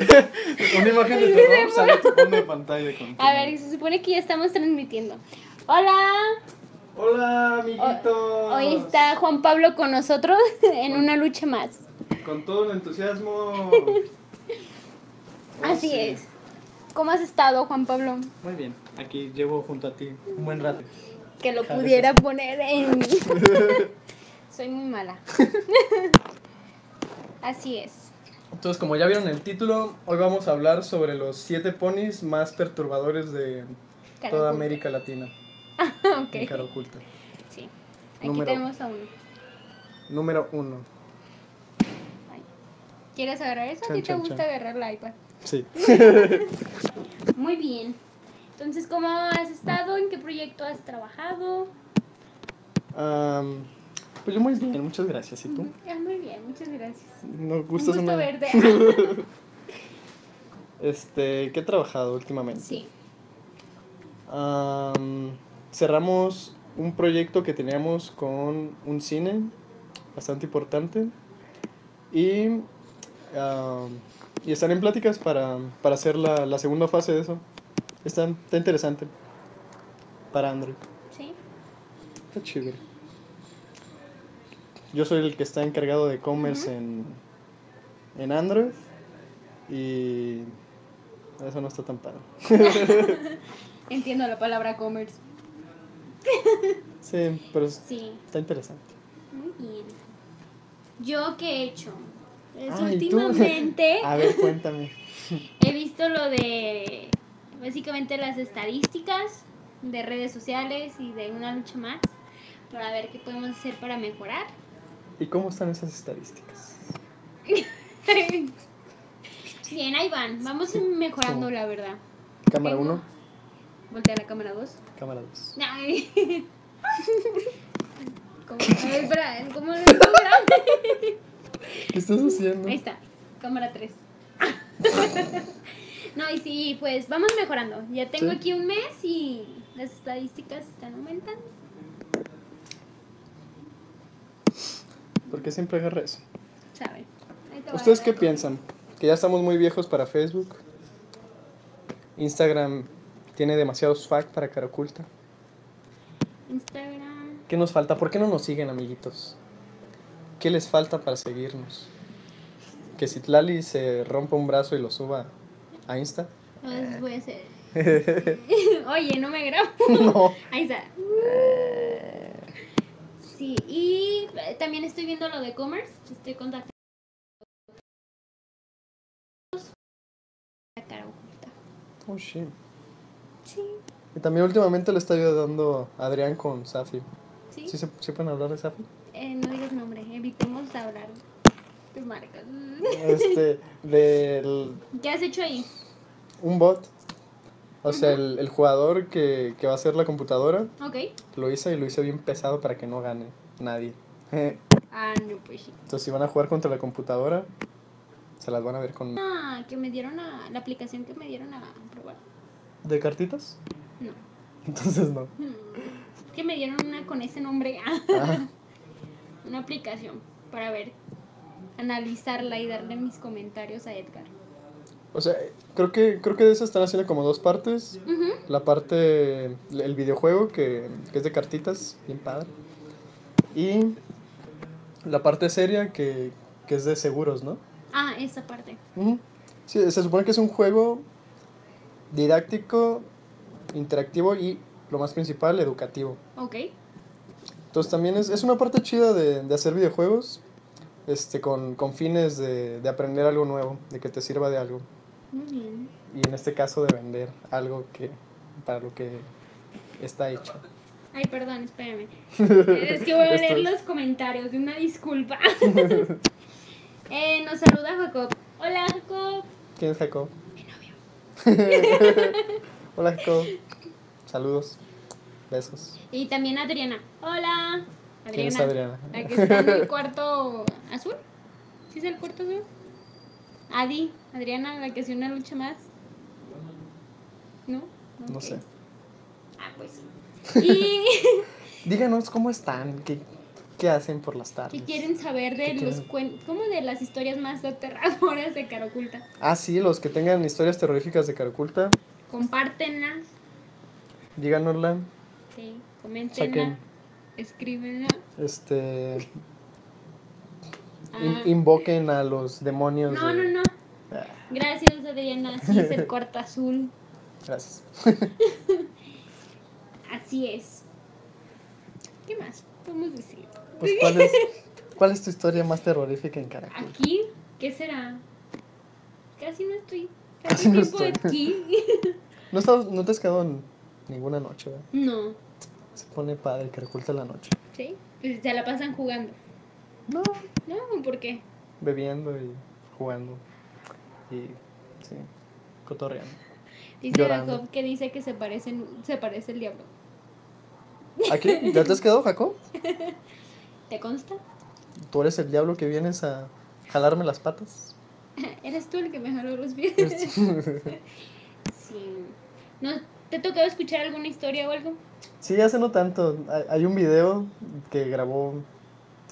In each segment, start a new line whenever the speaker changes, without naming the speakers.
Una imagen de terror sale tu fondo de pantalla con tu
A ver,
nombre.
se supone que ya estamos transmitiendo. Hola,
Hola, amiguitos.
hoy está Juan Pablo con nosotros en una lucha más.
Con todo el entusiasmo.
Así
Sí.
es. ¿Cómo has estado, Juan Pablo?
Muy bien, aquí llevo junto a ti un buen rato.
Que lo
Jale.
pudiera poner en... Soy muy mala. Así es.
Entonces, como ya vieron el título, hoy vamos a hablar sobre los siete ponis más perturbadores de
Cara
toda
oculta.
América Latina. En
Ok,
cara oculta.
sí. Aquí
Número.
tenemos a uno.
Número uno.
¿Quieres agarrar eso? ¿A
Chan,
ti te
chan,
gusta
chan.
agarrar la iPad?
Sí.
Muy bien. Entonces, ¿cómo has estado? ¿En qué proyecto has trabajado?
Am, pues yo muy bien, muchas gracias. ¿Y tú?
Ah, muy bien, muchas gracias.
No
Un
gustas
gusto
una-
verte.
Este, ¿qué he trabajado últimamente?
Sí.
Am, cerramos un proyecto que teníamos con un cine bastante importante y, am, y están en pláticas para, para hacer la, la segunda fase de eso. Está, está interesante para Android.
Sí.
Está chévere. Yo soy el que está encargado de commerce en, en Android y eso no está tan padre.
Entiendo la palabra commerce.
Sí, pero es-
Sí,
está interesante.
muy bien. ¿Yo qué he hecho? Pues,
Ah, ¿y tú? Ah.
últimamente
A ver, cuéntame.
he visto lo de básicamente las estadísticas de redes sociales y de una lucha más para ver qué podemos hacer para mejorar.
¿Y cómo están esas estadísticas?
Bien, ahí van. Vamos mejorando, la verdad.
Cámara
Tengo-
1,
Voltea la cámara 2.
cámara 2.
Ay. ¿Cómo? A ver, espera, ¿cómo lo logra?
¿Qué estás haciendo?
Ahí está, cámara 3. No, y sí, pues vamos mejorando. Ya tengo
Sí.
aquí un mes y las estadísticas están aumentando.
¿Por qué siempre agarra eso?
¿Saben? Ahí te va
¿Ustedes
la-
qué piensan? ¿Que ya estamos muy viejos para Facebook? ¿Instagram tiene demasiados facts para cara oculta?
Instagram.
¿Qué nos falta? ¿Por qué no nos siguen, amiguitos? ¿Qué les falta para seguirnos? Que si Tlali se rompa un brazo y lo suba a Insta.
Entonces voy a hacer. Oye, no me grabo.
no.
Ahí está. Sí, y eh, también estoy viendo lo de commerce. Estoy contactando. La cara oculta.
Oh, shit.
Sí,
Y también últimamente le está ayudando Adrián con Safi.
sí.
¿Sí, se, sí pueden hablar de Safi?
Eh, no digas nombre, evitemos hablar de marcas.
Este, del
¿Qué has hecho ahí?
un bot. O sea, el, el jugador que, que va a hacer la computadora
Ok.
lo hice y lo hice bien pesado para que no gane nadie.
Ah, no, pues sí.
Entonces, si van a jugar contra la computadora, se las van a ver con.
Ah, que me dieron a. La aplicación que me dieron a probar.
¿De cartitas?
No.
Entonces no.
Mm, Que me dieron una con ese nombre.
Ah,
una aplicación para ver, analizarla y darle mis comentarios a Edgar.
o sea, creo que, creo que de eso están haciendo como dos partes.
Ujú.
La parte, el videojuego que, que es de cartitas, bien padre. Y la parte seria que, que es de seguros, ¿no?
Ah, esa parte.
Ujú. Sí, se supone que es un juego didáctico, interactivo y, lo más principal, educativo.
Ok.
Entonces también es, es una parte chida de, de hacer videojuegos este, con, con fines de, de aprender algo nuevo, de que te sirva de algo.
Muy bien.
Y en este caso de vender algo que para lo que está hecho.
Ay, perdón, espérame. Eh, es que voy a
Esto
leer
es.
los comentarios, de una disculpa. Eh, nos saluda Jacob. Hola, Jacob.
¿Quién es Jacob? Hola Jacob. Saludos. Besos.
Y también Adriana. Hola. Adriana.
¿Quién es Adriana?
La que está en el cuarto azul. ¿Sí es el cuarto azul? Adi, Adriana, la que hace una lucha más. ¿No?
No
Ok.
sé.
Ah, pues. sí. Y
Díganos cómo están, qué, ¿Qué hacen por las tardes?
que quieren saber de
¿Qué
los
quieren?
cuen- como de las historias más aterradoras de cara oculta.
Ah, sí, los que tengan historias terroríficas de Caraculta,
Compártenlas,
díganosla,
sí, coméntenla,
saquen,
escríbenla.
este, in-
Ah,
invoquen a los demonios.
no,
de-
no, no.
Ah,
Gracias, Adriana. Sí, es el cuarto azul.
gracias.
Así es. ¿Qué más podemos decir?
Pues, ¿cuál es, cuál es tu historia más terrorífica en Caraculta?
Aquí, ¿qué será? Casi no estoy.
Casi
Casi
no
no
estoy.
aquí.
No, estás- no te has quedado en ninguna noche, ¿verdad?
No,
Se pone padre Caraculta la noche.
¿sí? Pues se la pasan jugando.
No,
¿No? ¿Por qué?
bebiendo y jugando y, sí, cotorreando.
Dice
Llorando.
Jacob que dice que se, parecen, se parece el diablo.
¿Aquí? ¿Ya te has quedado, Jacob?
¿Te consta?
¿Tú eres el diablo que vienes a jalarme las patas?
¿Eres tú el que me jaló los pies? sí. ¿No, ¿Te ha tocado escuchar alguna historia o algo?
Sí, hace no tanto. Hay- Hay un video que grabó,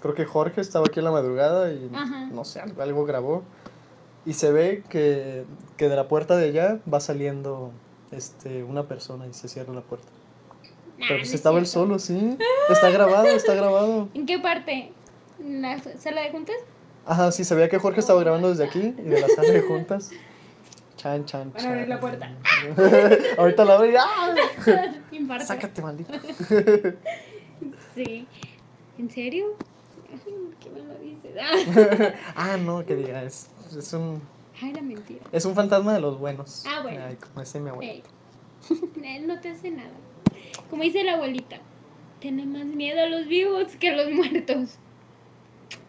creo que Jorge estaba aquí en la madrugada y
Ajá.
no sé, algo, algo grabó. Y se ve que, que de la puerta de allá va saliendo este, una persona y se cierra la puerta.
Nah,
Pero
no
pues
es
estaba él solo,
cierto.
sí. Está grabado, está grabado.
¿En qué parte? ¿En la sala de juntas?
Ajá, sí, se veía que Jorge estaba grabando desde aquí y de la sala de juntas. Chan, chan,
Van a abrir
chan.
la puerta.
Ahorita la abre y ¡ah!
Infarto.
Sácate, maldito.
Sí. ¿En serio? Ay, ¿Qué me lo dices? Ah,
Ah, no, que diga, es, es un
Ay, la mentira.
Es un fantasma de los buenos.
Ah, bueno.
Ay, como ese mi abuelo.
Ey, él no te hace nada. Como dice la abuelita, tiene más miedo a los vivos que a los muertos.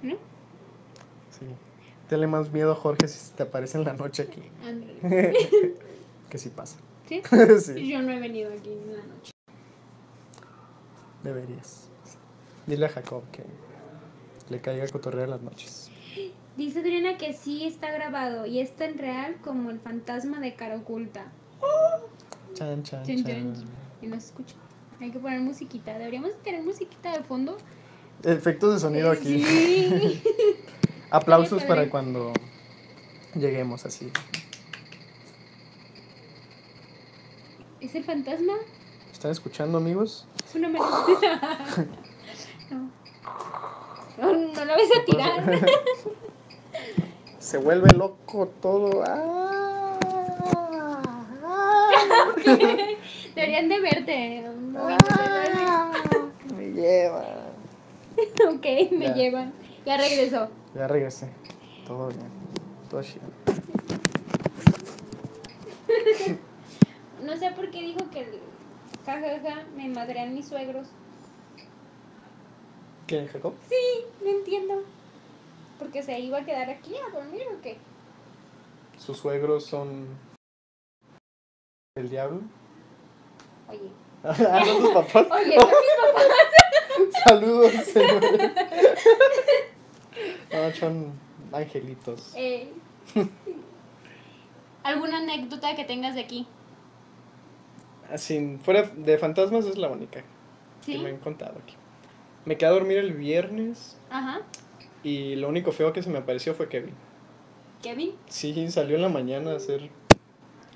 ¿No?
Sí. Dale más miedo a Jorge si se te aparece en la noche aquí.
Ándale.
Que sí pasa.
¿Sí?
sí,
Yo no he venido aquí en la noche.
deberías. Dile a Jacob que le caiga a cotorrear en las noches.
Dice Adriana que sí está grabado y es tan real como el fantasma de cara oculta.
Chan, chan,
Chan,
chan.
chan. Y no se escucha. Hay que poner musiquita. Deberíamos tener musiquita de fondo.
Efectos de sonido aquí.
Sí.
Aplausos
Oye, padre.
para cuando lleguemos así.
¿Es el fantasma?
¿Están escuchando, amigos?
Es una mariposa. No. No, no la vas a tirar.
Se vuelve loco todo. ¡Ah! ¡Ah!
Deberían de verte. moviéndose,
¡Ah! Me lleva.
¿no? Ok, me
Ya.
llevan. Ya regresó.
Ya regresé. Todo bien. Todo chido.
No sé por qué dijo que el- ja, ja, ja, me madrean mis suegros.
¿Quién, Jacob?
Sí, no entiendo. Porque se iba a quedar aquí a dormir o qué.
Sus suegros son. El diablo.
Oye.
ah, no, tus papás.
Oye, son mis papás.
Saludos, señores. no, son angelitos.
Eh, ¿Alguna anécdota que tengas de aquí?
Así, Ah, fuera de fantasmas es la única que me
¿Sí?
han contado aquí. Me quedé a dormir el viernes
Ajá.
y lo único feo que se me apareció fue Kevin.
¿Kevin?
Sí, salió en la mañana a hacer,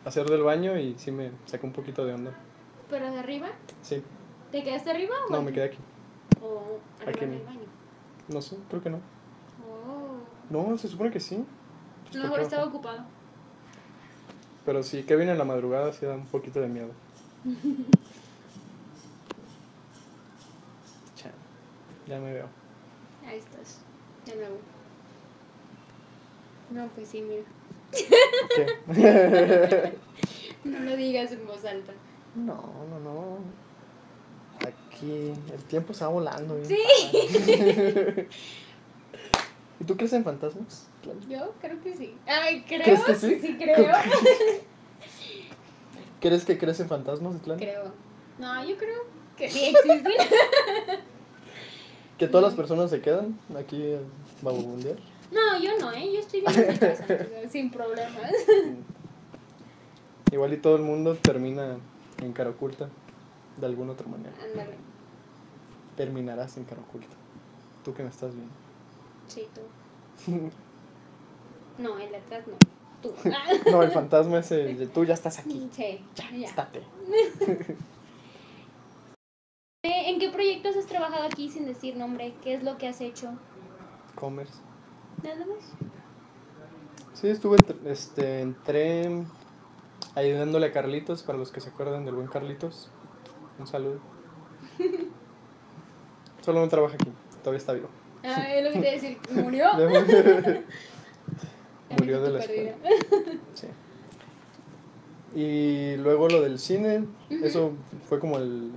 a hacer del baño y sí me sacó un poquito de onda.
¿Pero de arriba?
Sí,
¿Te quedaste arriba o
no, me quedé aquí.
O arriba
Aquí Pues
en
no.
el baño.
No sé, creo que no.
Oh.
No, se supone que sí. Pues,
A
¿por
lo mejor
qué
estaba
no?
ocupado.
Pero sí, Kevin en la madrugada sí da un poquito de miedo. Chale, ya me veo.
Ahí estás. De nuevo. No, pues sí, mira.
¿Qué?
No lo digas en voz alta.
no, no, no. Aquí el tiempo está volando. bien padre. ¿Y tú crees en fantasmas?
Yo creo que sí. Ay, creo.
¿Crees que sí?
Sí, creo.
¿Crees que crees en fantasmas, Clan?
creo. No, yo creo que sí existen.
¿Que todas las personas se quedan aquí en Babubundear?
No, yo no, ¿eh? Yo estoy bien en mi casa, entonces, sin problemas.
Igual y todo el mundo termina en cara oculta. De alguna otra manera.
Ándale.
Terminarás en cara oculta. Tú que me estás
Sí, tú.
viendo.
No, el de atrás no. Tú. Ah,
no, el fantasma es el de tú ya estás aquí.
sí, ya.
Estate.
Eh, ¿En qué proyectos has trabajado aquí sin decir nombre? ¿Qué es lo que has hecho?
Commerce.
Nada más.
Sí, estuve, tr- este, entré ayudándole a Carlitos, para los que se acuerdan del buen Carlitos. Un saludo. Solo no trabaja aquí, todavía está vivo.
Ah, es lo que te iba a decir. ¿Murió? Ya me
Murió de
siento
la
perdida.
escuela. Sí. Y luego lo del cine, eso fue como el,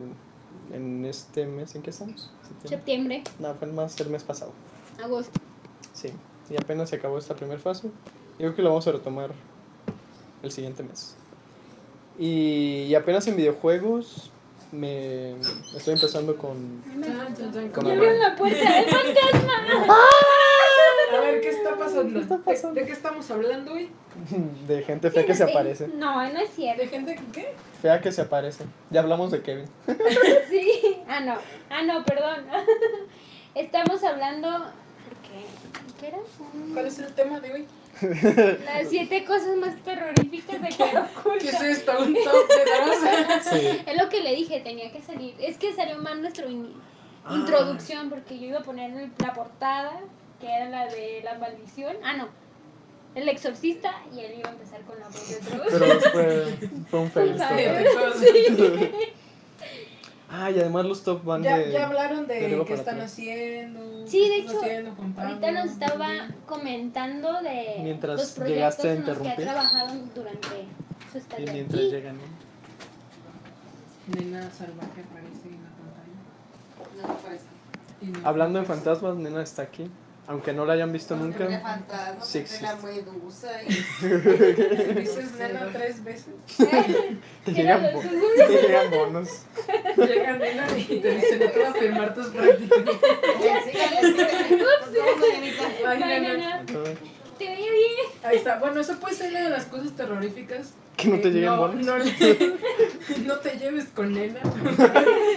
en este mes, ¿en qué estamos? ¿Septiembre?
Septiembre,
No, fue más el mes pasado.
agosto.
Sí, y apenas se acabó esta primera fase. Yo creo que lo vamos a retomar el siguiente mes. Y, y apenas en videojuegos me estoy empezando con...
Chan, chan, chan,
Con
¿cómo
amor.
Abrieron
va?
la puerta, el fantasma.
A ver, ¿qué está
¿Qué
pasando?
está
¿De-
pasando?
¿De, qué estamos hablando hoy?
de gente fea que se
Fíjate.
aparece.
No, no es
¿De
cierto.
gente que qué?
Fea que se aparece. Ya hablamos de Kevin.
Sí. Ah, no. Ah, no, perdón. Estamos hablando. ¿Qué? ¿Qué era? Un-
¿Cuál es el tema de hoy?
Las siete cosas más terroríficas de Cara
¿Qué
Oculta.
es esto? ¿Un top de danza?
Sí.
Es lo que le dije, tenía que salir. Es que salió mal nuestra in-
Ah.
introducción porque yo iba a poner el- la portada, que era la de la maldición. Ah, no. El exorcista y él iba a empezar con la voz de otro.
Pero fue, fue un fail.
Este,
Fue un
esto.
fail.
Ah, y además los top van
Ya,
de...
ya hablaron de
de arriba
qué
para
están
atrás.
haciendo.
Sí,
qué
de
estás
hecho,
haciendo, Juan Pablo.
Ahorita nos estaba comentando de
ah, Mientras
los proyectos
llegaste a
en los que ha
interrumpir.
trabajado durante su
y
estadía
mientras
aquí.
llegan. ¿no?
Nena salvaje aparece en la pantalla.
No aparece.
Y no-
Hablando de fantasmas, Nena está aquí. Aunque no la hayan visto
Entre
nunca.
fantasmas,
Sí
entre la medusa y
Si dices nena tres veces,
Te
Era
llegan,
los-
bo- te llegan bonos.
llega nena y te dice, no te vas a firmar tus prácticas. Ay,
No, no,
nena.
no,
Entonces,
Te veía bien.
Ahí está. Bueno, eso puede ser una de las cosas terroríficas.
Que no te
Eh,
lleguen
no,
bonos.
No, le- no te lleves con nena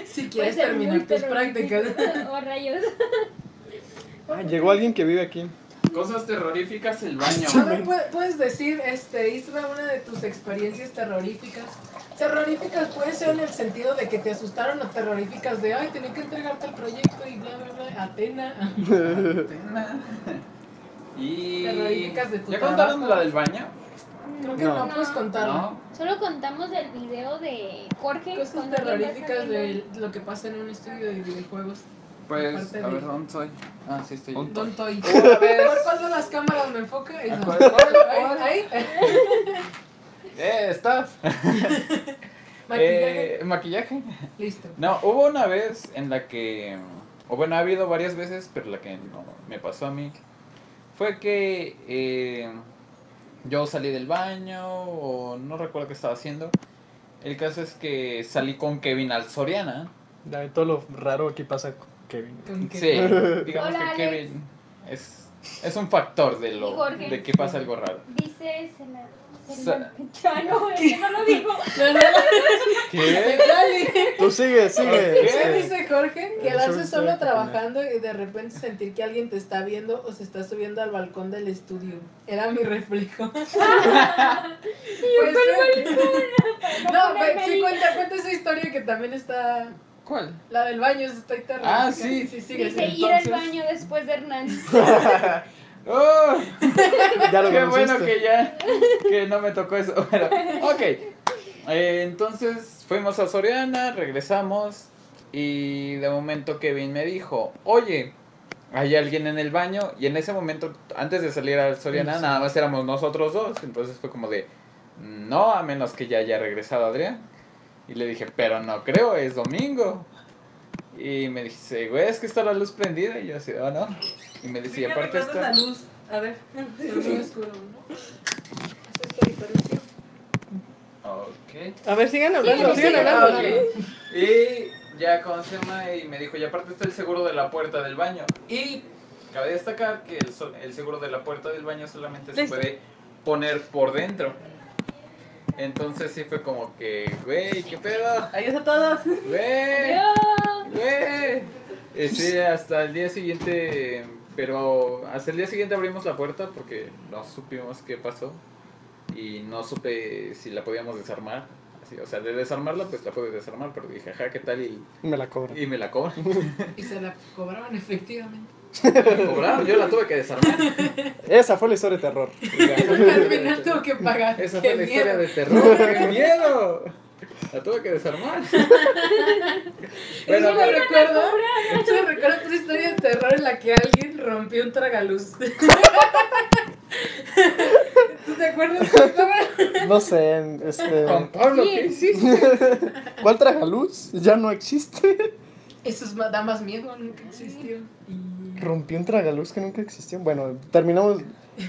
si
Puede
quieres
ser Pues, muy
terminar tus
terrorífico.
prácticas.
Oh, rayos.
Ah, llegó alguien que vive aquí.
Cosas terroríficas, el baño.
A ver, ¿pue- puedes decir, este, Isra, una de tus experiencias terroríficas. Terroríficas puede ser en el sentido de que te asustaron o terroríficas de, ay, tenía que entregarte el proyecto y bla, bla, bla, Atena.
Y.
Terroríficas de tu
¿Ya contaron
trabajo.
la del baño?
Creo que
No.
no, puedes contarlo.
No.
Solo contamos el video de Jorge.
Cosas
cuando él está
terroríficas
saliendo.
de lo que pasa en un estudio de videojuegos.
Pues,
Aparte
a
de-
ver, ¿dónde soy? Ah, sí, estoy.
¿Dónde?
Don Toy.
Una vez.
¿Por cuál de las cámaras me enfoca? Ahí,
¿A
no.
cuál? ¿Cuál?
Ahí, ahí.
¡Eh, staff!
Maquillaje.
Eh, maquillaje.
Listo.
No, hubo una vez en la que. O bueno, ha habido varias veces, pero la que no me pasó a mí. Fue que. eh, yo salí del baño, o no recuerdo qué estaba haciendo. El caso es que salí con Kevin al Soriana.
Ya, todo lo raro aquí pasa con Kevin.
Con que-
Sí, digamos
Hola,
que Kevin es, es un factor de
Y
lo
Jorge.
de que pasa algo raro.
Dice Sela.
Sa-
Ya no, ya no lo digo.
No, no,
¿Qué?
dale.
Tú sigue,
¿Qué
sigue.
¿Qué
este.
dice Jorge?
Sobre-
Quedarse
sobre-
solo trabajando y de repente sentir que alguien te está viendo o se está subiendo al balcón del estudio. Era mi reflejo. Pues, No,
ponerme
pero
ahí.
sí, cuenta, cuenta esa historia que también está.
¿Cuál?
La del baño, esa está terrorífica.
Ah, sí.
sí, sigue,
Dice
sí.
ir al
entonces-
baño después de Hernán.
¡Oh!
Ya lo
Qué bueno
conociste.
que ya que no me tocó eso. Bueno, ok. Eh, entonces fuimos a Soriana, regresamos y de momento Kevin me dijo, oye, hay alguien en el baño y en ese momento, antes de salir al Soriana,
Sí.
nada más éramos nosotros dos, entonces fue como de, no, a menos que ya haya regresado Adrián. Y le dije, pero no creo, es domingo. Y me dice, güey, es que está la luz prendida. Y yo así, oh no. Y me dice, y
Fíjate,
aparte
¿cuándo es
está...
la luz. A ver, se ve muy oscuro, ¿no? Eso es periferia.
Ok.
A ver, sigan
hablando, sigan hablando.
Ok. Y ya con se llama? y me dijo, y aparte está el seguro de la puerta del baño. Y cabe destacar que el, sol- el seguro de la puerta del baño solamente se
Listo.
puede poner por dentro. Entonces sí fue como que, güey, ¿qué pedo?
Adiós a todos.
Güey,
Yo.
güey. Y Eh, sí, hasta el día siguiente, pero hasta el día siguiente abrimos la puerta porque no supimos qué pasó y no supe si la podíamos desarmar. Así, o sea, de desarmarla, pues la puedes desarmar, pero dije, ajá, ¿qué tal? Y,
Me la cobran.
y me la cobran.
Y se la cobraron efectivamente.
Me cobraron, yo la tuve que desarmar.
Esa fue la historia de terror.
Al final tuvo que pagar.
Esa
Qué
fue la
miedo.
historia de terror. ¡Qué miedo! La tuve que desarmar. Bueno,
Eso me recuerda, eso me recuerda otra historia de terror en la que alguien rompió un tragaluz. ¿Tú te acuerdas? Cristóbal?
No sé, este,
Juan Pablo, ¿qué hiciste?
¿cuál tragaluz? Ya no existe.
Eso es, ma- da más miedo, nunca existió. Y-
Rompió un tragaluz que nunca existió. Bueno, terminamos,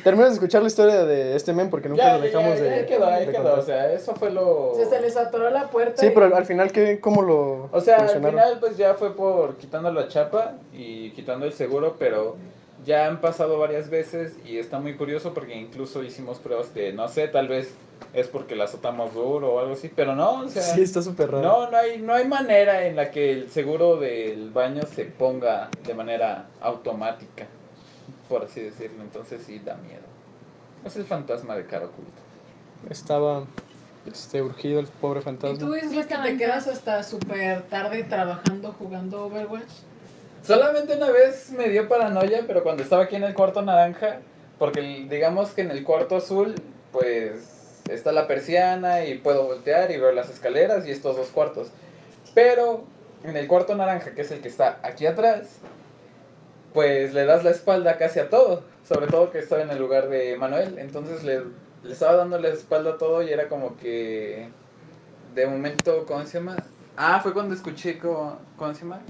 terminamos de escuchar la historia de este men porque nunca lo dejamos de.
ahí quedó, ahí
de
quedó.
contar.
O sea, eso fue lo.
O sea, se les atoró la puerta.
Sí,
y-
pero al final, ¿qué, ¿cómo lo
O sea, al
solucionaron?
final pues ya fue por quitando la chapa y quitando el seguro, pero ya han pasado varias veces y está muy curioso porque incluso hicimos pruebas de, no sé, tal vez es porque la azotamos duro o algo así, pero no, o sea,
Sí, está súper raro.
no, no hay, no hay manera en la que el seguro del baño se ponga de manera automática, por así decirlo, entonces sí da miedo. Pues Es el fantasma de cara oculta.
Estaba este, urgido el pobre
¿Y tú
fantasma.
es la que te quedas hasta súper tarde trabajando, jugando Overwatch?
Solamente una vez me dio paranoia, pero cuando estaba aquí en el cuarto naranja, porque el- digamos que en el cuarto azul, pues está la persiana y puedo voltear y veo las escaleras y estos dos cuartos. Pero en el cuarto naranja, que es el que está aquí atrás, pues le das la espalda casi a todo, sobre todo que estaba en el lugar de Manuel, entonces le, le estaba dando la espalda a todo y era como que de momento, ¿cómo se llama? Ah, fue cuando escuché, como- ¿cómo se llama?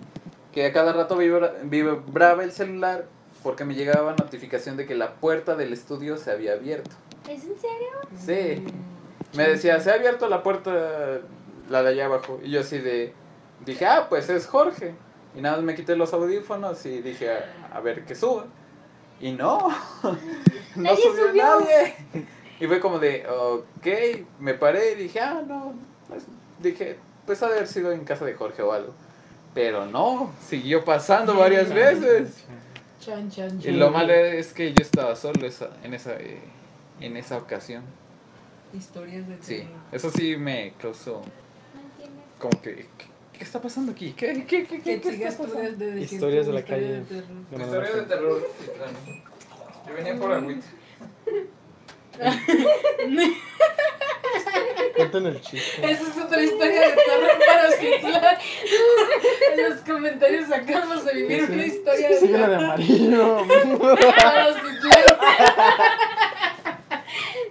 que a cada rato vibra- vibraba el celular porque me llegaba notificación de que la puerta del estudio se había abierto.
¿Es en serio?
Sí. Me decía, se ha abierto la puerta, la de allá abajo. Y yo así de, dije, ah, pues es Jorge. Y nada, más me quité los audífonos y dije, a, a ver que suba. Y no, no
Nadie
subió,
subió.
nadie. Y fue como de, ok, me paré y dije, ah, no. pues, dije, pues ha de haber sido en casa de Jorge o algo. Pero no, siguió pasando varias veces.
Chan, chan,
Y
chan.
lo malo es que yo estaba solo esa- en, esa, eh, en esa ocasión.
Historias de
Sí,
terror.
eso sí me causó
No entiendo.
como que, ¿qué, qué está pasando aquí? ¿Qué, qué, qué,
Que
qué, qué
sigas
está
tú
pasando?
desde de
Historias de la
historia
calle.
de terror.
De manera fea.
terror, Yo venía por agüita.
Cuenten el chiste.
Esa es otra historia de terror para ciclar. En los comentarios acabamos de vivir una historia de
Sigue la de
terror
amarillo.
para ciclar.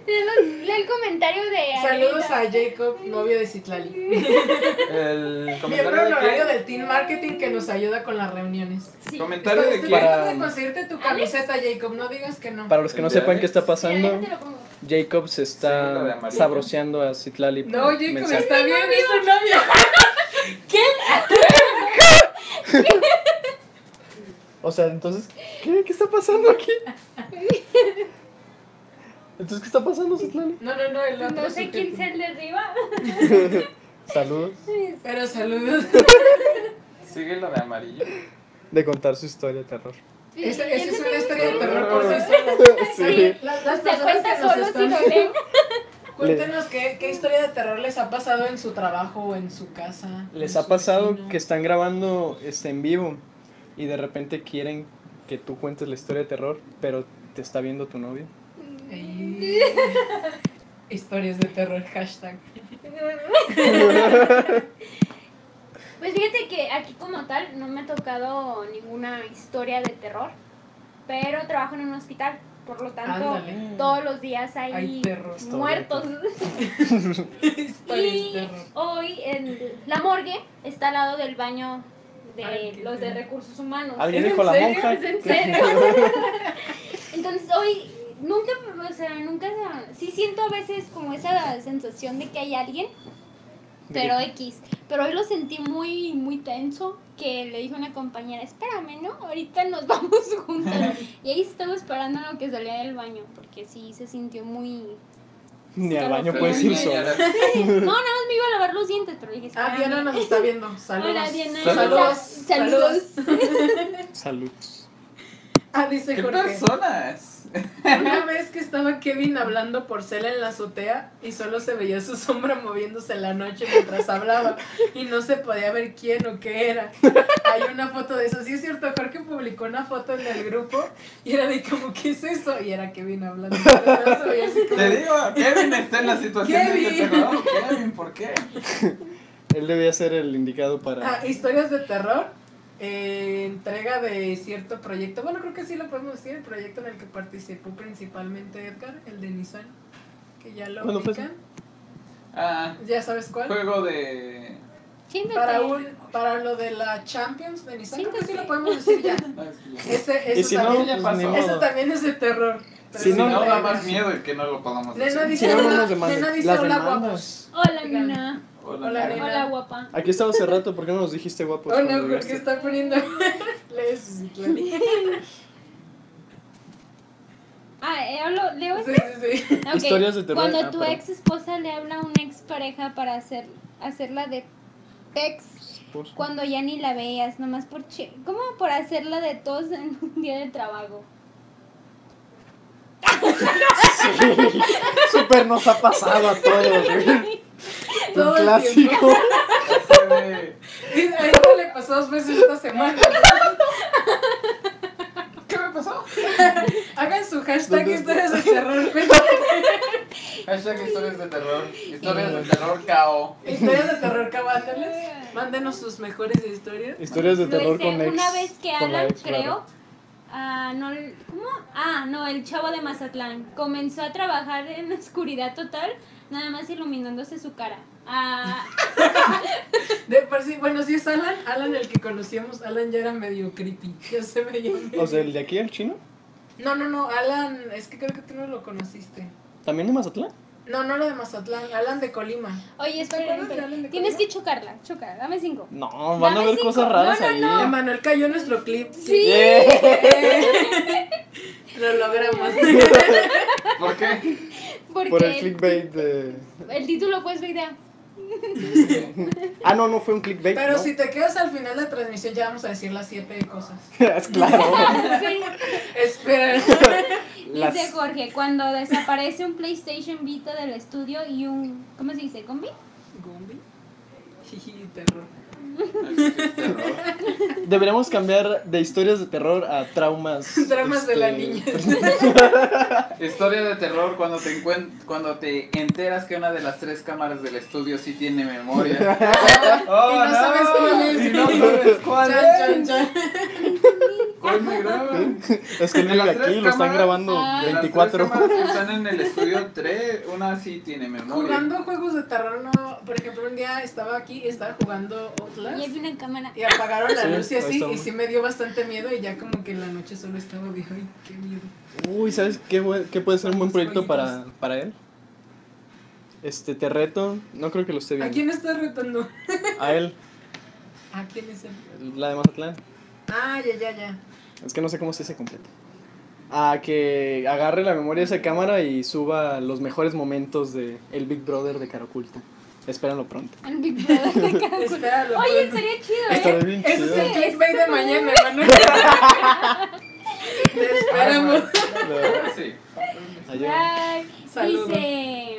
Tenemos- Lee el comentario de.
Saludos
Ariel.
a Jacob, novio de Citlali.
El
Miembro honorario
comentario de
del Team Marketing que nos ayuda con las reuniones.
quién?
Sí.
Comentario
Estoy
de
estoy
quién?
tratando de conseguirte tu camiseta, Jacob. No digas que no.
Para los que no sepan qué está
Mira,
pasando,
déjate lo pongo.
Jacob se
Sí, la de
está
amarillo.
sabroseando a Citlali. por
No, Jacob,
mensaje.
está bien, es tu novio.
O sea, entonces, ¿qué, qué está pasando aquí? Entonces, ¿qué está pasando, Citlali?
No, no, no, el otro.
No sé quién
sujeto.
sea el de arriba.
Saludos.
Pero saludos.
Sigue la de amarillo.
De contar su historia de terror.
Sí,
Esa esa es
ese
una
es
historia de
mi-
terror por sí sola.
Sí.
Las, las
Se
personas que
cuenta
nos
solo si
están
lo ven.
Cuéntenos qué, qué historia de terror les ha pasado en su trabajo o en su casa.
¿Les
en
ha
su
pasado
vecino.
que están grabando este, en vivo y de repente quieren que tú cuentes la historia de terror, pero te está viendo tu novio?
Ey. Historias de terror, hashtag.
Pues fíjate que aquí como tal no me ha tocado ninguna historia de terror, pero trabajo en un hospital, por lo tanto
Ándale.
todos los días hay,
Hay perros.
muertos.
Historias de
y
terror.
hoy en la morgue está al lado del baño de
Ay, qué
los de
feo.
recursos humanos.
Alguien
¿Es en
dijo la
serio?
monja.
¿Es en serio? Entonces hoy nunca, o sea, nunca, sí siento a veces como esa sensación de que hay alguien, pero X. Pero hoy lo sentí muy, muy tenso, que le dije a una compañera, espérame, ¿no? Ahorita nos vamos juntas. y ahí estaba esperando en lo que salía del baño, porque sí se sintió muy...
Ni al baño
Pero
Pues
puedes ir solo.
no, nada más me iba a lavar los dientes, pero dije,
Ah,
espérame.
Diana nos está viendo. Saludos.
Hola, Diana.
Saludos.
Sa- Saludos.
Salud.
Ah, dice
¿Qué
Jorge.
personas?
Una vez que estaba Kevin hablando por cel en la azotea y solo se veía su sombra moviéndose en la noche mientras hablaba y no se podía ver quién o qué era. Hay una foto de eso. Sí es cierto, Jorge publicó una foto en el grupo y era de como, ¿qué es eso? Y era Kevin hablando. Se veía así como-
Te digo, Kevin está en la situación de que
Kevin.
te robó. Kevin, ¿por qué?
Él debía ser el indicado para...
Ah, historias de terror. eh, entrega de cierto proyecto. Bueno, creo que sí lo podemos decir. El proyecto en el que participó principalmente Edgar, el de Nissan. Que ya lo
Bueno, pues-
ubican.
Ah,
Ya sabes cuál.
juego de.
Siéntate.
Para, un, para lo que la Champions de Nissan,
Sí,
creo que sí
sí.
lo podemos decir ya.
No, es que ya-
Ese,
Y
eso,
si no,
también,
ya
pues,
pasó.
ni
eso
modo.
también es de terror. pero
Si
Si
sí
no,
lo
da
veo.
más miedo el que no lo podamos
Nena
decir.
dice,
Si no, no
hola,
nos demandan.
nena dice,
Las
hola,
demandas.
guapos.
Hola, nena.
Hola,
Hola,
Nena.
Hola, guapa.
Aquí estaba hace rato, ¿por qué no nos dijiste guapos?
Oh,
cuando
no, porque
llegaste?
está poniendo... Lee su Citlali.
Ah, eh, hablo, leo
Sí,
este.
sí, sí.
Ok.
Historias de terror.
Cuando
Ah,
tu
perdón.
ex esposa le habla a una ex pareja para hacer, hacerla de pex
Pues,
cuando ya ni la veías, nomás por che ¿Cómo por hacerla de tos en un día de trabajo?
Sí, súper nos ha pasado a todos, güey.
Todo
Un
el
clásico.
Ese, güey.
Dice, A ella le pasó dos veces esta semana.
¿Qué me pasó?
Hagan su hashtag
¿Dónde
historias de terror. cuenten
Hashtag historias de terror. Historias de terror KO.
Historias de terror cabándoles. Mándenos sus mejores historias.
Historias de
Lo
terror
hice
con ex.
una vez que
con la
Alan,
ex, claro.
creo. Ah, no, el- ¿cómo? Ah, no, el chavo de Mazatlán. Comenzó a trabajar en oscuridad total, nada más iluminándose su cara. Ah,
De por sí, bueno, si es Alan, Alan el que conocíamos, Alan ya era medio creepy. Ya se veía. medio-
O sea, el de aquí, el chino.
No, no, no, Alan, es que creo que tú no lo conociste.
¿También de Mazatlán?
No, no era de Mazatlán, Alan de Colima.
oye,
¿Te
espera,
acuerdas de Alan de
Tienes que
Colima?
chocarla, choca, dame cinco.
No, van a
Dame
ver
cinco.
cosas raras
No,
Ah,
no,
ahí.
no.
Emanuel cayó en nuestro clip.
Sí.
Yeah.
Lo logramos.
¿Por qué?
Porque
Por el
el-
clickbait de...
el título pues la idea.
Ah, no, no fue un clickbait.
Pero
¿no?
si te quedas al final de la transmisión, ya vamos a decir las siete cosas.
es claro.
Sí.
Espera.
Las-
Dice Jorge, cuando desaparece un PlayStation Vita del estudio y un... ¿Cómo se dice? ¿Combi?
¿Gumbi? Jiji, terror.
Hashtag terror.
Deberíamos cambiar de historias de terror a traumas.
Dramas de la
este,
niña.
Historia de terror cuando te encuent- cuando te enteras que una de las tres cámaras del estudio sí tiene memoria.
y no sabes cuál es.
Y Oh, no sabes cuál
Chan, chan, chan.
es. ¿Cuál me graban?
Es que él
De las
vive aquí,
tres
lo están
cámaras,
grabando
ah.
De las tres
24.
cámaras que Están en el estudio 3, una sí tiene memoria.
Jugando juegos de terror, no. Por ejemplo, un día estaba aquí y estaba jugando
Y
Outlast.
hay una cámara.
Y apagaron la
Sí,
luz y
ahí está
así, y
uno.
sí me dio bastante miedo y ya como que en la noche solo estaba de, ay, qué miedo.
Uy, ¿sabes qué, bu- qué puede ser un buen proyecto para, para él? Este, te reto. No creo que lo esté
¿A
viendo.
quién está retando?
A él,
¿A quién es el?
la de Mazatlán.
Ah, ya, ya, ya.
Es que no sé cómo se dice completo. A que agarre la memoria de esa cámara y suba los mejores momentos de el Big Brother de Cara Oculta. Espérenlo pronto.
al Big Brother de cada culo.
Espéralo.
Oye,
pronto.
estaría chido, ¿eh?
Estaría bien
Ese
chido.
es el clickbait de mañana, hermano. Te esperamos.
La-
Ah, Sí.
Ahí va.
Ay,
Saludos.
Dice,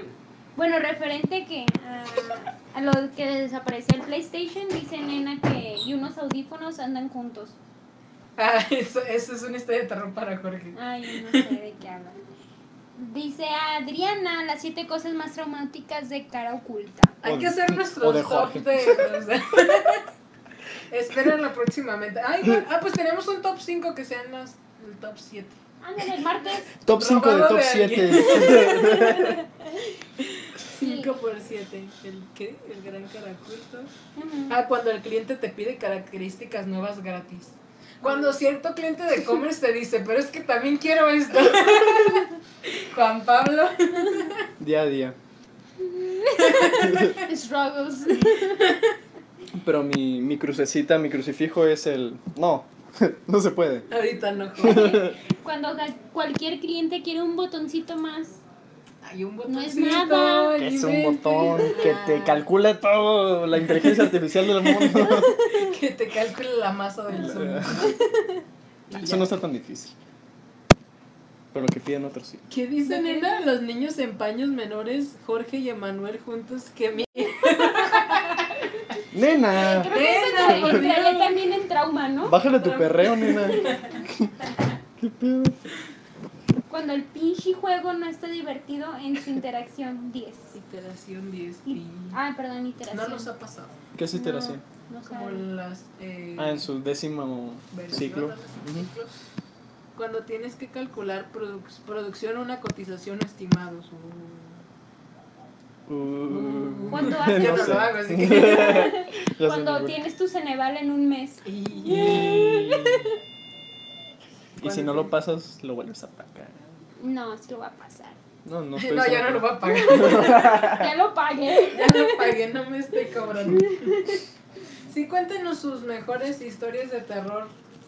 bueno, referente que a, a lo que desapareció el PlayStation, dice nena que y unos audífonos andan juntos.
Ah, eso, eso es una historia de terror para Jorge.
Ay, no sé de qué hablan. Dice Adriana, las siete cosas más traumáticas de cara oculta.
Hay
O-
que hacer
o
nuestro
de
top
Jorge.
de. Espérenlo próximamente. Ay, no. ah, pues tenemos un top 5 que sean más el top 7.
Ándale, el martes.
Top 5 de
Robado
top
de
7.
5 por 7. ¿El qué? El gran caraculto.
Ujú.
Ah, cuando el cliente te pide características nuevas gratis. Cuando cierto cliente de commerce te dice, pero es que también quiero esto. Juan Pablo.
día a día.
Struggles.
Pero mi, mi crucecita, mi crucifijo es el. No, no se puede.
Ahorita no, Juan.
Cuando ga- cualquier cliente quiere un botoncito más.
Hay un botón.
No es nada.
Que es un botón que
Ah.
te calcula todo, la inteligencia artificial del mundo.
Que te calcule la masa del sonido. Y
Eso
ya.
no está tan difícil. Pero lo que piden otros sí.
¿Qué dice nena? Los niños en paños menores, Jorge y Emanuel juntos, que mi...
Nena,
Creo que eso
Nena,
te
por
entraría
Dios.
también en trauma, ¿no?
bájale tu perreo, nena. ¿Qué pedo?
Cuando el pinche juego no está divertido en su interacción 10.
Iteración 10.
Y- Ah, perdón,
No
interacción.
nos ha pasado.
¿Qué es iteración?
No, no
Como
sabe.
las... eh,
Ah, en su décimo
versión,
ciclo.
¿no?
Ujú.
Cuando tienes que calcular produc- producción, una cotización estimados. Uh.
Uh,
Cuando
no
haces-
Yo no
sé.
lo hago, así que...
Ya sé,
Cuando
güey.
tienes tu Ceneval en un mes.
Y-
Y si no lo pasas, lo vuelves a pagar.
No, sí lo va a pasar.
No, no estoy
No, ya no
seguro.
lo va a pagar.
Ya lo pagué.
Ya lo pagué, no me estoy cobrando. Sí, cuéntenos sus mejores historias de terror.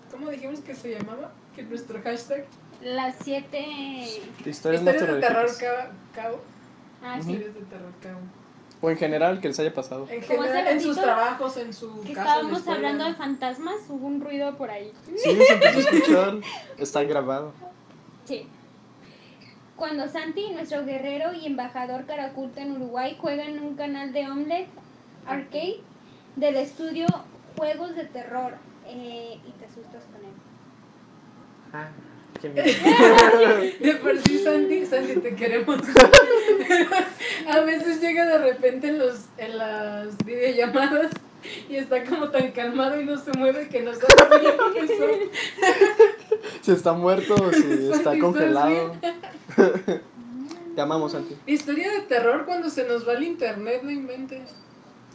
¿Cómo dijimos que se llamaba? Que nuestro hashtag.
Las 7.
Historias, no
historias de terror
terroríficas.
ca- cabo.
Ah,
Ujú.
sí.
Historias de terror cabo.
O en general, que les haya pasado.
En
Como
general,
hace
en sus
ratito
trabajos, en su
Que
casa.
estábamos
en la escuela.
hablando de fantasmas, hubo un ruido por ahí.
Sí, se empezó a escuchar. Está grabado.
Sí. Cuando Santi, nuestro guerrero y embajador caraculta en Uruguay, juega en un canal de Omelette Arcade del estudio Juegos de Terror eh, y te asustas con él.
Ah, qué miedo.
De por sí, Sandy, Sandy, te queremos. a veces llega de repente en, los, en las videollamadas y está como tan calmado y no se mueve que no sabe qué empezó.
Si está muerto o si está
¿estás
congelado. Te amamos, Santi.
Historia de terror cuando se nos va el internet, no inventes.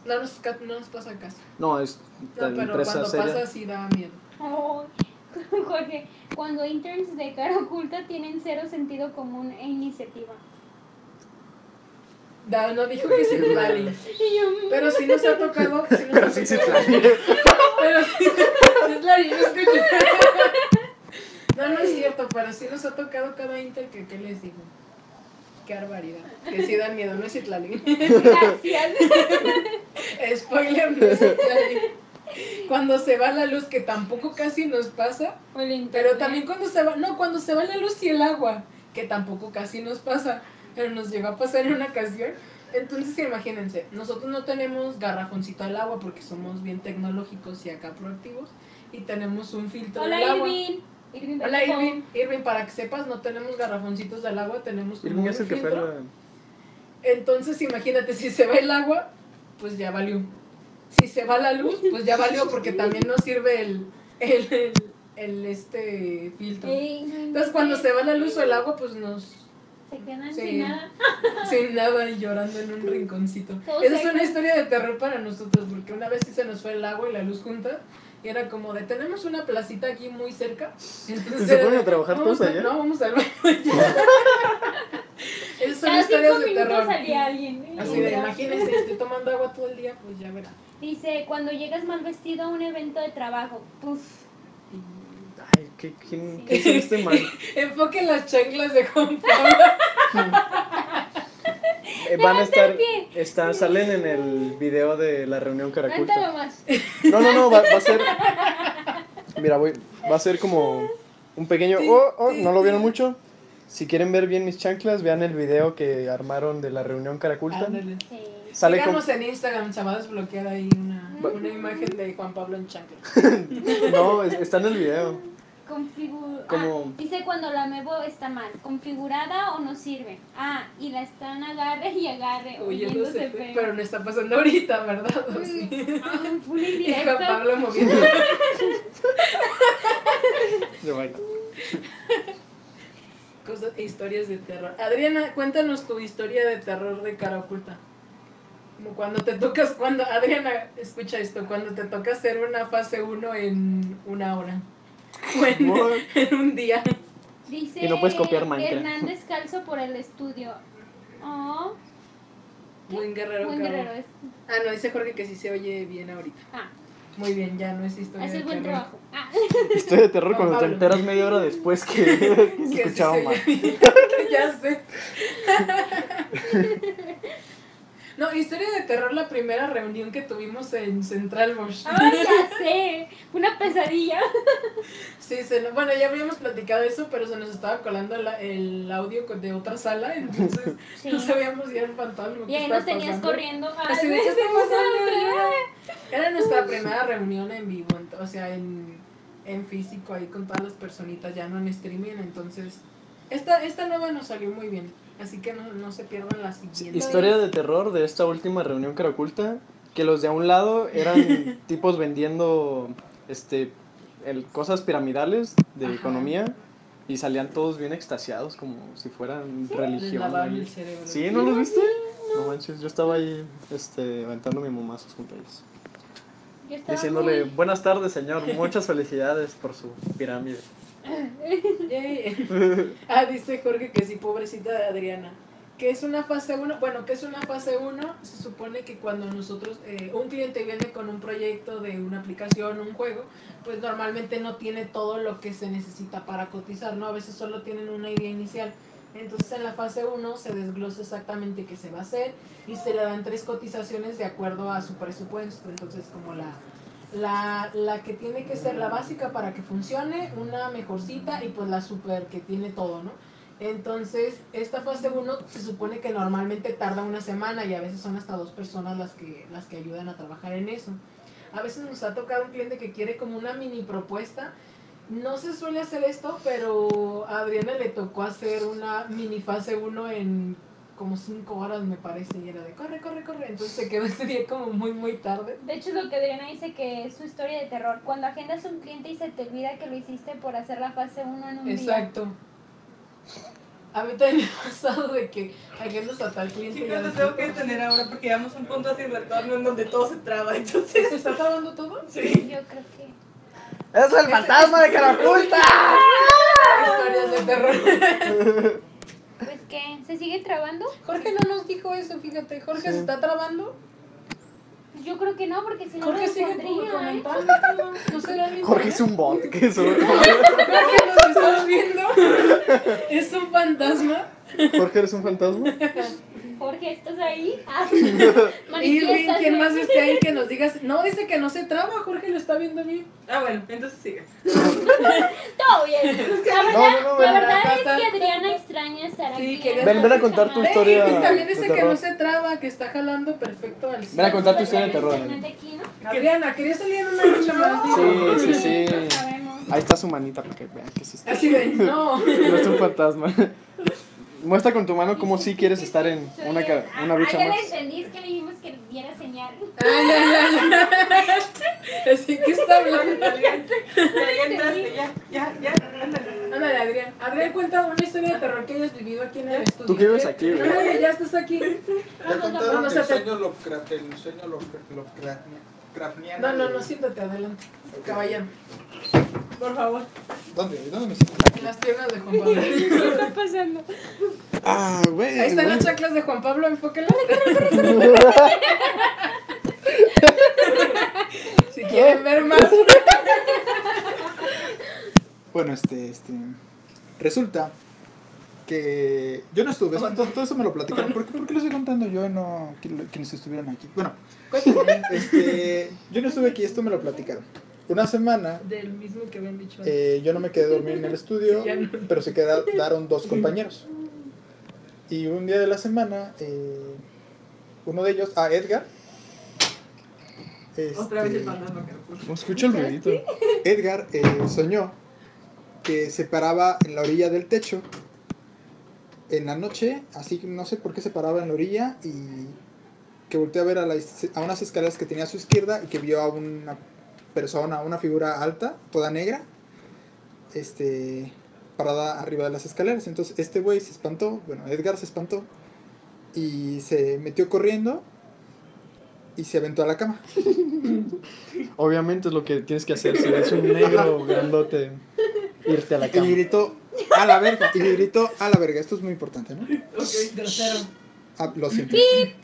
No nos, ca- no nos pasa casi.
No, es
No,
la
pero
empresa
cuando pasa
seria.
sí da miedo.
Oh, Jorge, cuando interns de cara oculta tienen cero sentido común e iniciativa.
Da, no dijo que sí, Lali.
Y yo, "Mm,
Pero sí nos ha tocado. sí nos ha
Pero sí, sí,
tocado. Pero sí, es la yo escuché. No, no es cierto, pero sí nos ha tocado cada Inter que, ¿qué les digo? Qué barbaridad. Que sí da miedo, no es Itlali.
gracias.
Spoiler, no es Itlali. Cuando se va la luz, que tampoco casi nos pasa,
O el internet.
pero también cuando se va, no, cuando se va la luz y el agua, que tampoco casi nos pasa, pero nos llegó a pasar en una ocasión. Entonces imagínense, nosotros no tenemos garrafoncito al agua porque somos bien tecnológicos y acá proactivos y tenemos un filtro del
Hola,
agua.
Irving. Irving
Hola
Bermejo.
Irving, Irving, para que sepas, no tenemos garrafoncitos del agua, tenemos como
Irving
un
es el que fue
filtro.
la-
Entonces imagínate, si se va el agua, pues ya valió. Si se va la luz, pues ya valió porque también nos sirve el, el, el, el, este filtro.
Ey, no
Entonces cuando
inventes.
se va la luz o el agua, pues nos
Se quedan
Sí.
sin nada.
sin nada y llorando en un rinconcito.
Todo
Esa es
seco.
una historia de terror para nosotros, porque una vez sí se nos fue el agua y la luz junta. Y era como de, tenemos una placita aquí muy cerca. Entonces,
¿Se fueron
era
a trabajar
vamos
todos
a-
allá?
No, vamos al baño ya. Esas son
Cada cinco
historias de
minutos
terror.
salía alguien. ¿eh?
Así de,
Mira.
imagínense, estoy tomando agua todo el día, pues ya verá.
Dice, cuando llegas mal vestido a un evento de trabajo, puf.
Ay, ¿qué, quién, ¿qué hizo este mal?
Enfoque las chanclas de Juan Pablo.
Eh, van a estar,
pie.
está, salen en el video de la reunión
Cántalo
Caraculta.
más.
No, no, no, va, va a ser, mira, voy, va a ser como un pequeño, oh, oh, no lo vieron mucho. Si quieren ver bien mis chanclas, vean el video que armaron de la reunión Caraculta.
Ándale.
Sí.
Sale con,
Síganos en Instagram, se va a desbloquear ahí una, una imagen de Juan Pablo en chanclas.
no, es- está en el video.
Configu-
Como-
ah, dice cuando la mebo está mal, configurada o no sirve. Ah, y la están agarre y agarre, oyéndose
Oyéndose,
feo.
pero no está pasando ahorita, ¿verdad? O sí.
Mm, ah, en full
Y
indirecto.
Juan Pablo moviendo.
Yo bailo.
Cosas, e historias de terror. Adriana, cuéntanos tu historia de terror de cara oculta. Como cuando te tocas, cuando, Adriana, escucha esto, cuando te toca hacer una fase 1 en una hora. O en,
What?
en un día.
Dice
Y no puedes copiar Minecraft.
Hernán descalzo por el estudio. Oh,
Buen guerrero.
buen
cabrón.
guerrero es.
Ah, no, dice Jorge que sí se oye bien ahorita.
Ah,
Muy bien, ya no es historia de
hace buen
terror.
trabajo. Ah,
Historia de terror
Juan
cuando te
Pablo.
enteras media hora después que, que
Que
se
sí
escuchaba
se
mal.
oye bien, que ya sé. No, historia de terror, la primera reunión
Ah.
que tuvimos en Central Bosch.
ay, ya sé. Una pesadilla.
Sí, se nos- bueno, ya habíamos platicado eso, pero se nos estaba colando la- el audio con- de otra sala, entonces
Sí.
no sabíamos si era un fantasma.
Y
que
ahí
estaba
nos tenías
pasando.
corriendo. Ay,
Así de,
me
¿qué está
hacemos
pasando?
otra.
Era nuestra primera reunión en vivo, ent- o sea, en, en físico, ahí con todas las personitas, ya no en streaming, entonces esta, esta nueva nos salió muy bien, así que no, no se pierdan la siguiente.
Historia de terror de esta última reunión que era oculta, que los de a un lado eran tipos vendiendo este el, cosas piramidales de
Ajá.
economía y salían todos bien extasiados como si fueran
Les
religión.
lavaron
ahí.
el cerebro.
¿Sí? ¿No los viste? No manches, yo estaba ahí este, aventando mi momazos junto a ellos.
Yo estaba
Diciéndole,
muy-
buenas tardes señor, muchas felicidades por su pirámide.
Yay. ah, dice Jorge que sí, pobrecita de Adriana. Que es una fase 1, bueno, que es una fase 1, se supone que cuando nosotros, eh, un cliente viene con un proyecto de una aplicación, un juego, pues normalmente no tiene todo lo que se necesita para cotizar, ¿no? A veces solo tienen una idea inicial. Entonces en la fase 1 se desglosa exactamente qué se va a hacer y se le dan tres cotizaciones de acuerdo a su presupuesto. Entonces como la, la, la que tiene que ser la básica para que funcione, una mejorcita y pues la super que tiene todo, ¿no? Entonces, esta fase 1 se supone que normalmente tarda una semana y a veces son hasta dos personas las que, las que ayudan a trabajar en eso. A veces nos ha tocado un cliente que quiere como una mini propuesta. No se suele hacer esto, pero a Adriana le tocó hacer una mini fase 1 en como 5 horas, me parece, y era de corre, corre, corre. Entonces se quedó ese día como muy, muy tarde.
De hecho, es lo que Adriana dice que es su historia de terror. Cuando agendas a un cliente y se te olvida que lo hiciste por hacer la fase 1 en un día.
Exacto. A mí también me ha pasado de que agendas a tal cliente. y
Chicas,
ya
los
ves-
tengo que detener ahora porque llegamos a un punto sin retorno en donde todo se traba, entonces...
¿Se está acabando todo?
Sí.
pues Yo creo que.
¡Es el fantasma de Caraculta!
Ah, Historias de terror.
Pues que, ¿se sigue trabando?
Jorge no nos dijo eso, fíjate. Jorge se está trabando.
Pues yo creo que no, porque si no
Jorge
lo
sigue como
pondría, ¿eh?
comentando. No será mi
Jorge es un bot que solo-
Jorge, nos estás viendo. Es un fantasma.
Jorge, ¿eres un fantasma?
Jorge, ¿estás ahí? Ah,
Irving,
manifiéstate.
¿quién más esté ahí que nos digas? No, dice que no se traba. Jorge lo está viendo bien.
Ah, bueno, entonces sigue.
Todo bien. La verdad,
No, no, no,
la
ven.
verdad es que Adriana extraña estar
Sí,
aquí.
quería-
Ven, ven a contar tu
Jamás.
Eh,
historia.
Irving también
de
dice que
terror.
no se traba, que está jalando perfecto al
Ven a
cielo.
contar tu historia de terror.
Internet aquí, ¿no?
Adriana, quería salir en una noche maldita.
Sí, sí, sí.
No sabemos.
Ahí está su manita para que vean que sí está.
Así de, no.
No es un fantasma. Muestra con tu mano cómo sí quieres estar en
Soy
una, ca-
el-
una
Ah,
bicha
ya la
más.
entendí, es que le dijimos que diera señal.
Ay, ay, ay, ay. Así que está hablando.
Adrián, Ya, ya entraste, ya, ya, ya, ándale.
Ándale, Adrián. Adrián, cuenta una historia de terror que hayas vivido aquí en el estudio.
Tú que vives aquí, güey.
Ándale, ya estás aquí.
Ya contaron
Vamos
el
a hacer-
sueño Lovecraft, el sueño Lovecra- Lovecraftiano. Craftiano.
No, no, no, siéntate adelante. Caballero.
Por favor.
¿Dónde? ¿Dónde me siento?
En las piernas de Juan Pablo.
¿Qué está pasando?
Ah, güey.
Ahí están
güey.
las chaclas de Juan Pablo, enfócala. Si quieren ver más.
Bueno, este, este. Resulta que yo no estuve, eso- todo, todo eso me lo platicaron. ¿Por qué, por qué lo estoy contando yo y no que lo- quienes estuvieron aquí? Bueno, cuéntame, este, yo no estuve aquí, esto me lo platicaron. Una semana
Del mismo que habían dicho antes.
eh, yo no me quedé a dormir en el estudio,
Sí, ya no.
pero se quedaron dos compañeros. Y un día de la semana, eh, uno de ellos, ah, Edgar.
Otra vez el
este,
fantasma que lo puso.
No escucho el ruidito.
Edgar eh, soñó que se paraba en la orilla del techo en la noche, así que no sé por qué se paraba en la orilla y que volteó a ver a, la is- a unas escaleras que tenía a su izquierda y que vio a una persona, una figura alta, toda negra, este, parada arriba de las escaleras. Entonces este güey se espantó, bueno, Edgar se espantó y se metió corriendo y se aventó a la cama.
Obviamente es lo que tienes que hacer. Si ves un negro grandote, irte a la
Y
cama.
gritó a la verga. Y gritó a la verga. Esto es muy importante, ¿no?
Ok, tercero.
Ah, lo siento.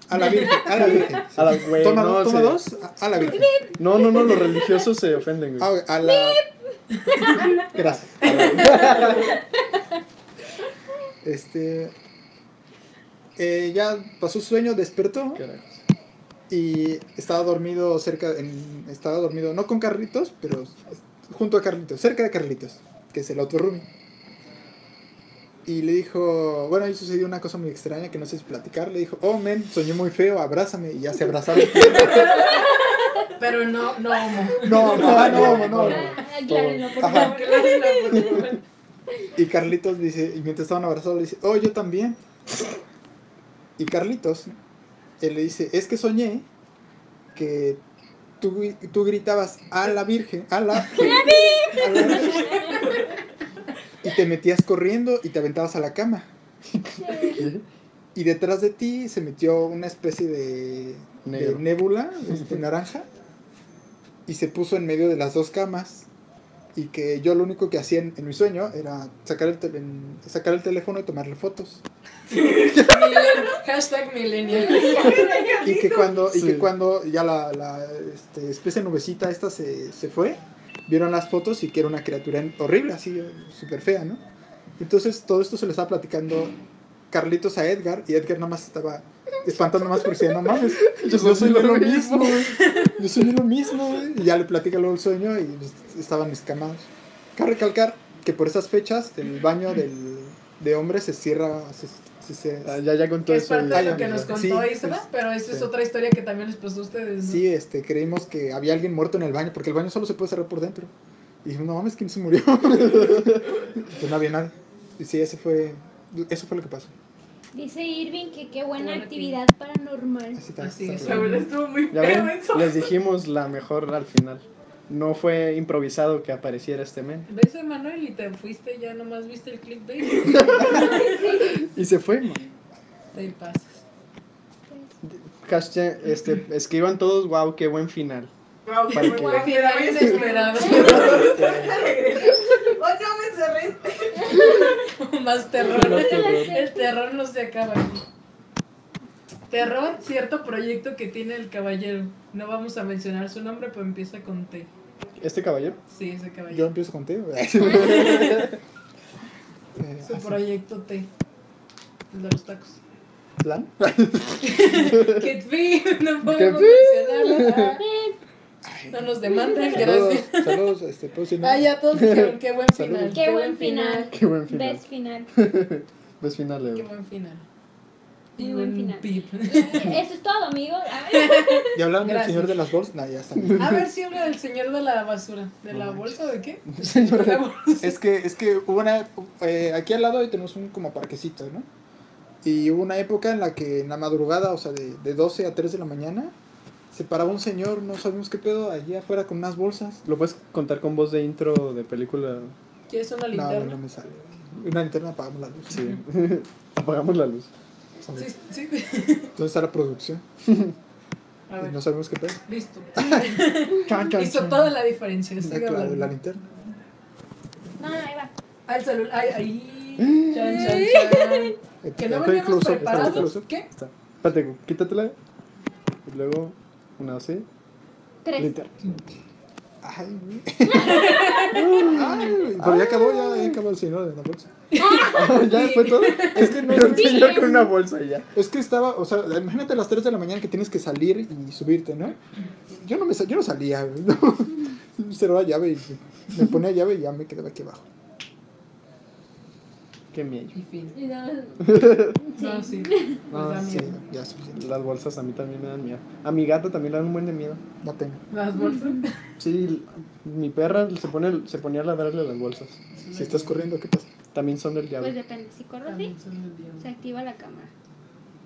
A la virgen. A la virgen.
A la güey.
Toma,
no,
toma
se-
dos. a- A la virgen.
No, no, no, los religiosos se ofenden,
Ah,
güey.
ok, A la. Gracias.
Ah,
Este. eh, ya pasó su sueño, despertó
Carajos.
y estaba dormido cerca, en- estaba dormido no con carritos, pero junto a Carlitos, cerca de Carlitos, que es el otro roomie. Y le dijo, bueno, ahí sucedió una cosa muy extraña que no sé si platicar. Le dijo, oh, men, soñé muy feo, abrázame. Y ya se abrazaron.
Pero no, no homo.
no, no, no, no, no.
Ah, aclárenlo, por
Ajá.
favor.
Y Carlitos dice, y mientras estaban abrazados, le dice, oh, yo también. Y Carlitos, él le dice, es que soñé que tú, tú gritabas a la Virgen, a la... a la- y te metías corriendo y te aventabas a la cama. Y detrás de ti se metió una especie de, de
Negro.
nébula, este, naranja, y se puso en medio de las dos camas. Y que yo lo único que hacía en, en mi sueño era sacar el, tel- en- sacar el teléfono y tomarle fotos.
Milen- Hashtag millennial.
Y que cuando, y
Sí.
que cuando ya la, la, este, especie de nubecita esta se, se fue, vieron las fotos y que era una criatura en- horrible, así, súper fea, ¿no? Entonces todo esto se lo estaba platicando Carlitos a Edgar y Edgar nada más estaba espantando más porque decía, no mames, yo soy, lo mismo, güey. yo soy lo mismo, güey". y ya le platica luego el sueño y pues, estaban escamados. Cabe recalcar que por esas fechas el baño del, de hombres se cierra, se, se- se-
Ah, ya, ya contó
Que es
eso.
parte de
el-
lo que nos
Sí,
contó
sí,
Isra,
sí.
pero esa es
Sí.
otra historia que también les pasó a ustedes. ¿no?
Sí, este, creímos que había alguien muerto en el baño, porque el baño solo se puede cerrar por dentro. Y dijimos, no mames, ¿quién se murió? pues no había nadie. Y sí, ese fue, eso fue lo que pasó.
Dice Irving que qué buena
Buena
actividad paranormal.
Así está.
Así
está
es.
La
bien.
verdad estuvo muy
Ya
feo
ven,
eso.
les dijimos la mejor al final. No fue improvisado que apareciera este men.
¿Ves, Manuel? Y te fuiste ya nomás viste el clickbait.
Y se fue, man.
Te pasas.
Hashtag, este, escriban todos, wow, qué buen final.
Wow,
Para
qué
que-
guay.
Finales esperados.
Oye, me encerré.
Más
Más
terror.
terror.
El terror no se acaba. Terror, cierto proyecto que tiene el caballero. No vamos a mencionar su nombre, pero empieza con T.
¿Este caballero?
Sí, ese caballero.
Yo empiezo contigo. Eh,
Su
así.
proyecto T. El de los tacos.
¿Plan?
Que vi, no
Que
podemos
vi.
mencionarlo. Ah, No nos demandan,
Saludos,
gracias.
saludos, este, puedo decir
Ah,
nada?
ya todos dijeron, qué buen
Saludos.
final.
Qué buen final.
Qué buen final.
Best final.
Ves final,
Qué
Leo.
buen final.
Muy buen final.
pip.
Eso es todo, amigo. A ver,
¿Ya hablaron del
Gracias.
señor de las bolsas? No, ya está.
A ver si habla del señor de la basura. ¿De la
No
bolsa de qué?
Señor
De
de
la bolsa.
Es que, es que hubo una. eh, aquí al lado tenemos un como parquecito, ¿no? Y hubo una época en la que en la madrugada, o sea, de, de 12 a 3 de la mañana, se paraba un señor, no sabemos qué pedo, allí afuera con unas bolsas.
¿Lo puedes contar con voz de intro de película?
¿Quieres una
No,
linterna?
no, no me sale. Una linterna apagamos la luz.
Sí. Apagamos la luz.
Sí, sí.
Entonces está la producción.
A
Y
ver,
no sabemos qué pedo.
listo.
Chan, chan,
Hizo
chan.
toda la diferencia.
Ah,
Sigue
claro, la
hablando.
linterna.
No, no, ahí va.
Al celular. Ay, ay. Chan, chan,
Eh,
Que no
fue
veníamos
close-up, Mm. está
preparados.
close-up.
¿Qué?
Está. Espérate, quítatela. Y luego, una así.
Tres.
Literal.
Ay, güey. Ay, güey. Pero ya acabó, ya, ya acabó el señor de la bolsa.
ya fue todo. Es que no es un señor con una bolsa y ya.
Es que estaba, o sea, imagínate a las 3 de la mañana que tienes que salir y subirte, ¿no? Yo no, me, sa- yo no salía, güey, ¿no? cerraba la llave y me ponía llave y ya me quedaba aquí abajo.
Qué miedo.
Y fin.
Y no-
No, sí.
Ah,
Nos Pues da
Sí,
miedo.
ya suficiente.
Las bolsas a mí también me dan miedo. A mi gato también le dan un buen de miedo.
No tengo.
Las bolsas.
Sí, mi perra se, pone, se ponía a ladrarle a las bolsas.
Si estás corriendo, ¿qué pasa?
También son del diablo.
Pues depende. Si corro así,
También son del diablo.
se activa la cámara.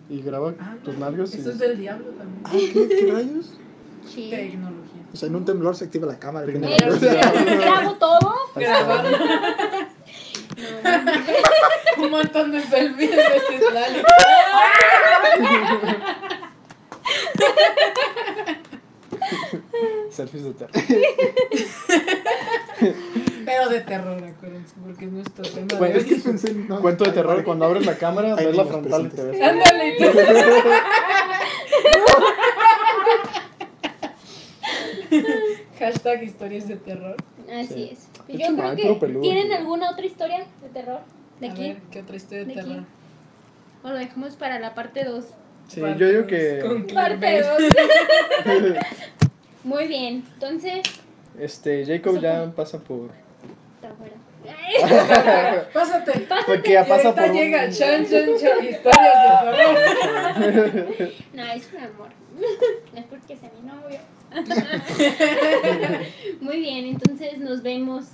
Y graba
Ah, no.
tus nalgas y
Esto es del diablo también.
Ah, ¿qué, qué rayos?
Sí.
Tecnología.
O sea, en un temblor se activa la cámara.
Pero-
¿qué
Pero
no?
si grabo todo.
Ahí está.
Un montón de selfies de Citlali.
selfies de terror.
Pero de terror, acuérdense, porque es nuestro tema. de
Bueno,
hoy.
Es que pensé en- no,
Cuento de
ay,
terror,
ay,
cuando abres la cámara,
Hay
ves la
niños
frontal y te ves.
Ándale, tú. Hashtag historias de terror.
Así
Sí.
es. Pues
Qué
Yo creo
chamantro
que.
peludo.
¿Tienen alguna otra historia de terror? ¿De
A
aquí?
ver, ¿qué otra historia de,
¿De
terror?
¿O lo dejamos para la parte 2?
Sí, yo digo
Con
que.
clickbait.
Parte 2. Muy bien. Entonces,
Este, Jacob
Eso
ya pasa por.
Está fuera.
Pásate.
Porque ya
Y
pasa
ahorita
por. un-
llega chan, chan, chan, historias de terror.
No, es un amor. No es porque sea mi novio. Muy bien, entonces nos vemos.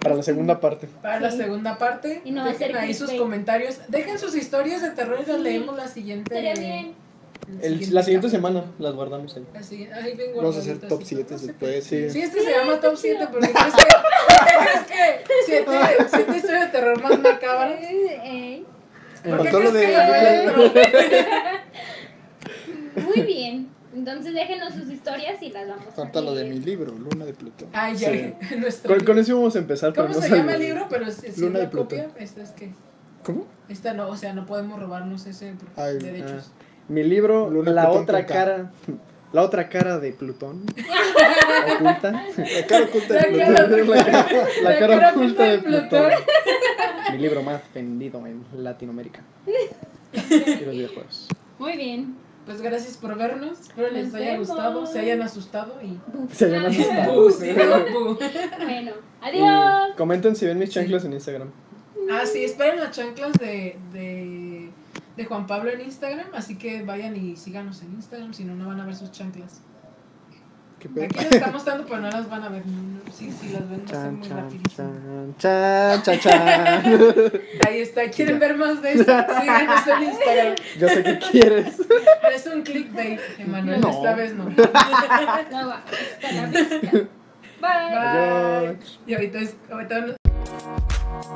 Para la segunda parte.
Para la
Sí.
segunda parte,
Y no va a
dejen
ser
ahí sus
clickbait.
comentarios. Dejen sus historias de terror y las
Sí.
leemos la siguiente.
Estaría bien.
El- la siguiente semana las guardamos ahí.
Así, ahí vengo
Vamos a
guardadito,
hacer top
así.
7 después.
Sí.
Sí, este se llama Top 7 porque crees que. ¿Crees que? Siete, siete historias de terror más macabras.
Eh,
¿Por qué
Faltó lo
crees que
de-
la novela
Muy bien. Entonces déjenos sus historias y las vamos
Falta
a
lo de
leer.
mi libro, Luna de Plutón.
Ay, ya,
Sí.
nuestro.
Con, con eso íbamos a empezar, pero
¿Cómo
no
se
salió.
llama el libro? Pero si, si
Luna
una
de Plutón.
copia, esta es que.
¿Cómo?
Esta no, o sea, no podemos robarnos ese
Ay,
derechos.
Mi libro,
Luna
La
Plutón
otra
con K.
cara. La otra cara de Plutón. oculta.
La cara oculta de
La cara
Plutón.
La
La
cara
cara
oculta de
oculta de
Plutón. Mi libro más vendido en Latinoamérica. Y los videojuegos.
Muy bien.
Pues gracias por vernos. Espero les
Nos
haya
vemos.
gustado, se hayan asustado y.
Se ven
Bu,
asustados.
sí, bu.
Bueno,
Y
adiós.
Comenten si ven mis chanclas en Instagram.
Ah, sí, esperen las chanclas de, de, de Juan Pablo en Instagram, así que vayan y síganos en Instagram, si no, no van a ver sus chanclas.
¿Qué pedo?
Aquí les estamos dando, pero no las van a ver. No, no, sí, sí, las ven, va a ser
Chan,
muy
chan,
rapidísimo.
chan, chan, chan, chan.
Ahí está, ¿quieren ver más de eso? Síganos en Instagram.
Yo sé que quieres.
Es un clickbait, Emanuel,
No.
esta vez no.
No, va. Hasta la vista. Bye.
Bye.
Adiós.
Y ahorita, es, ahorita nos-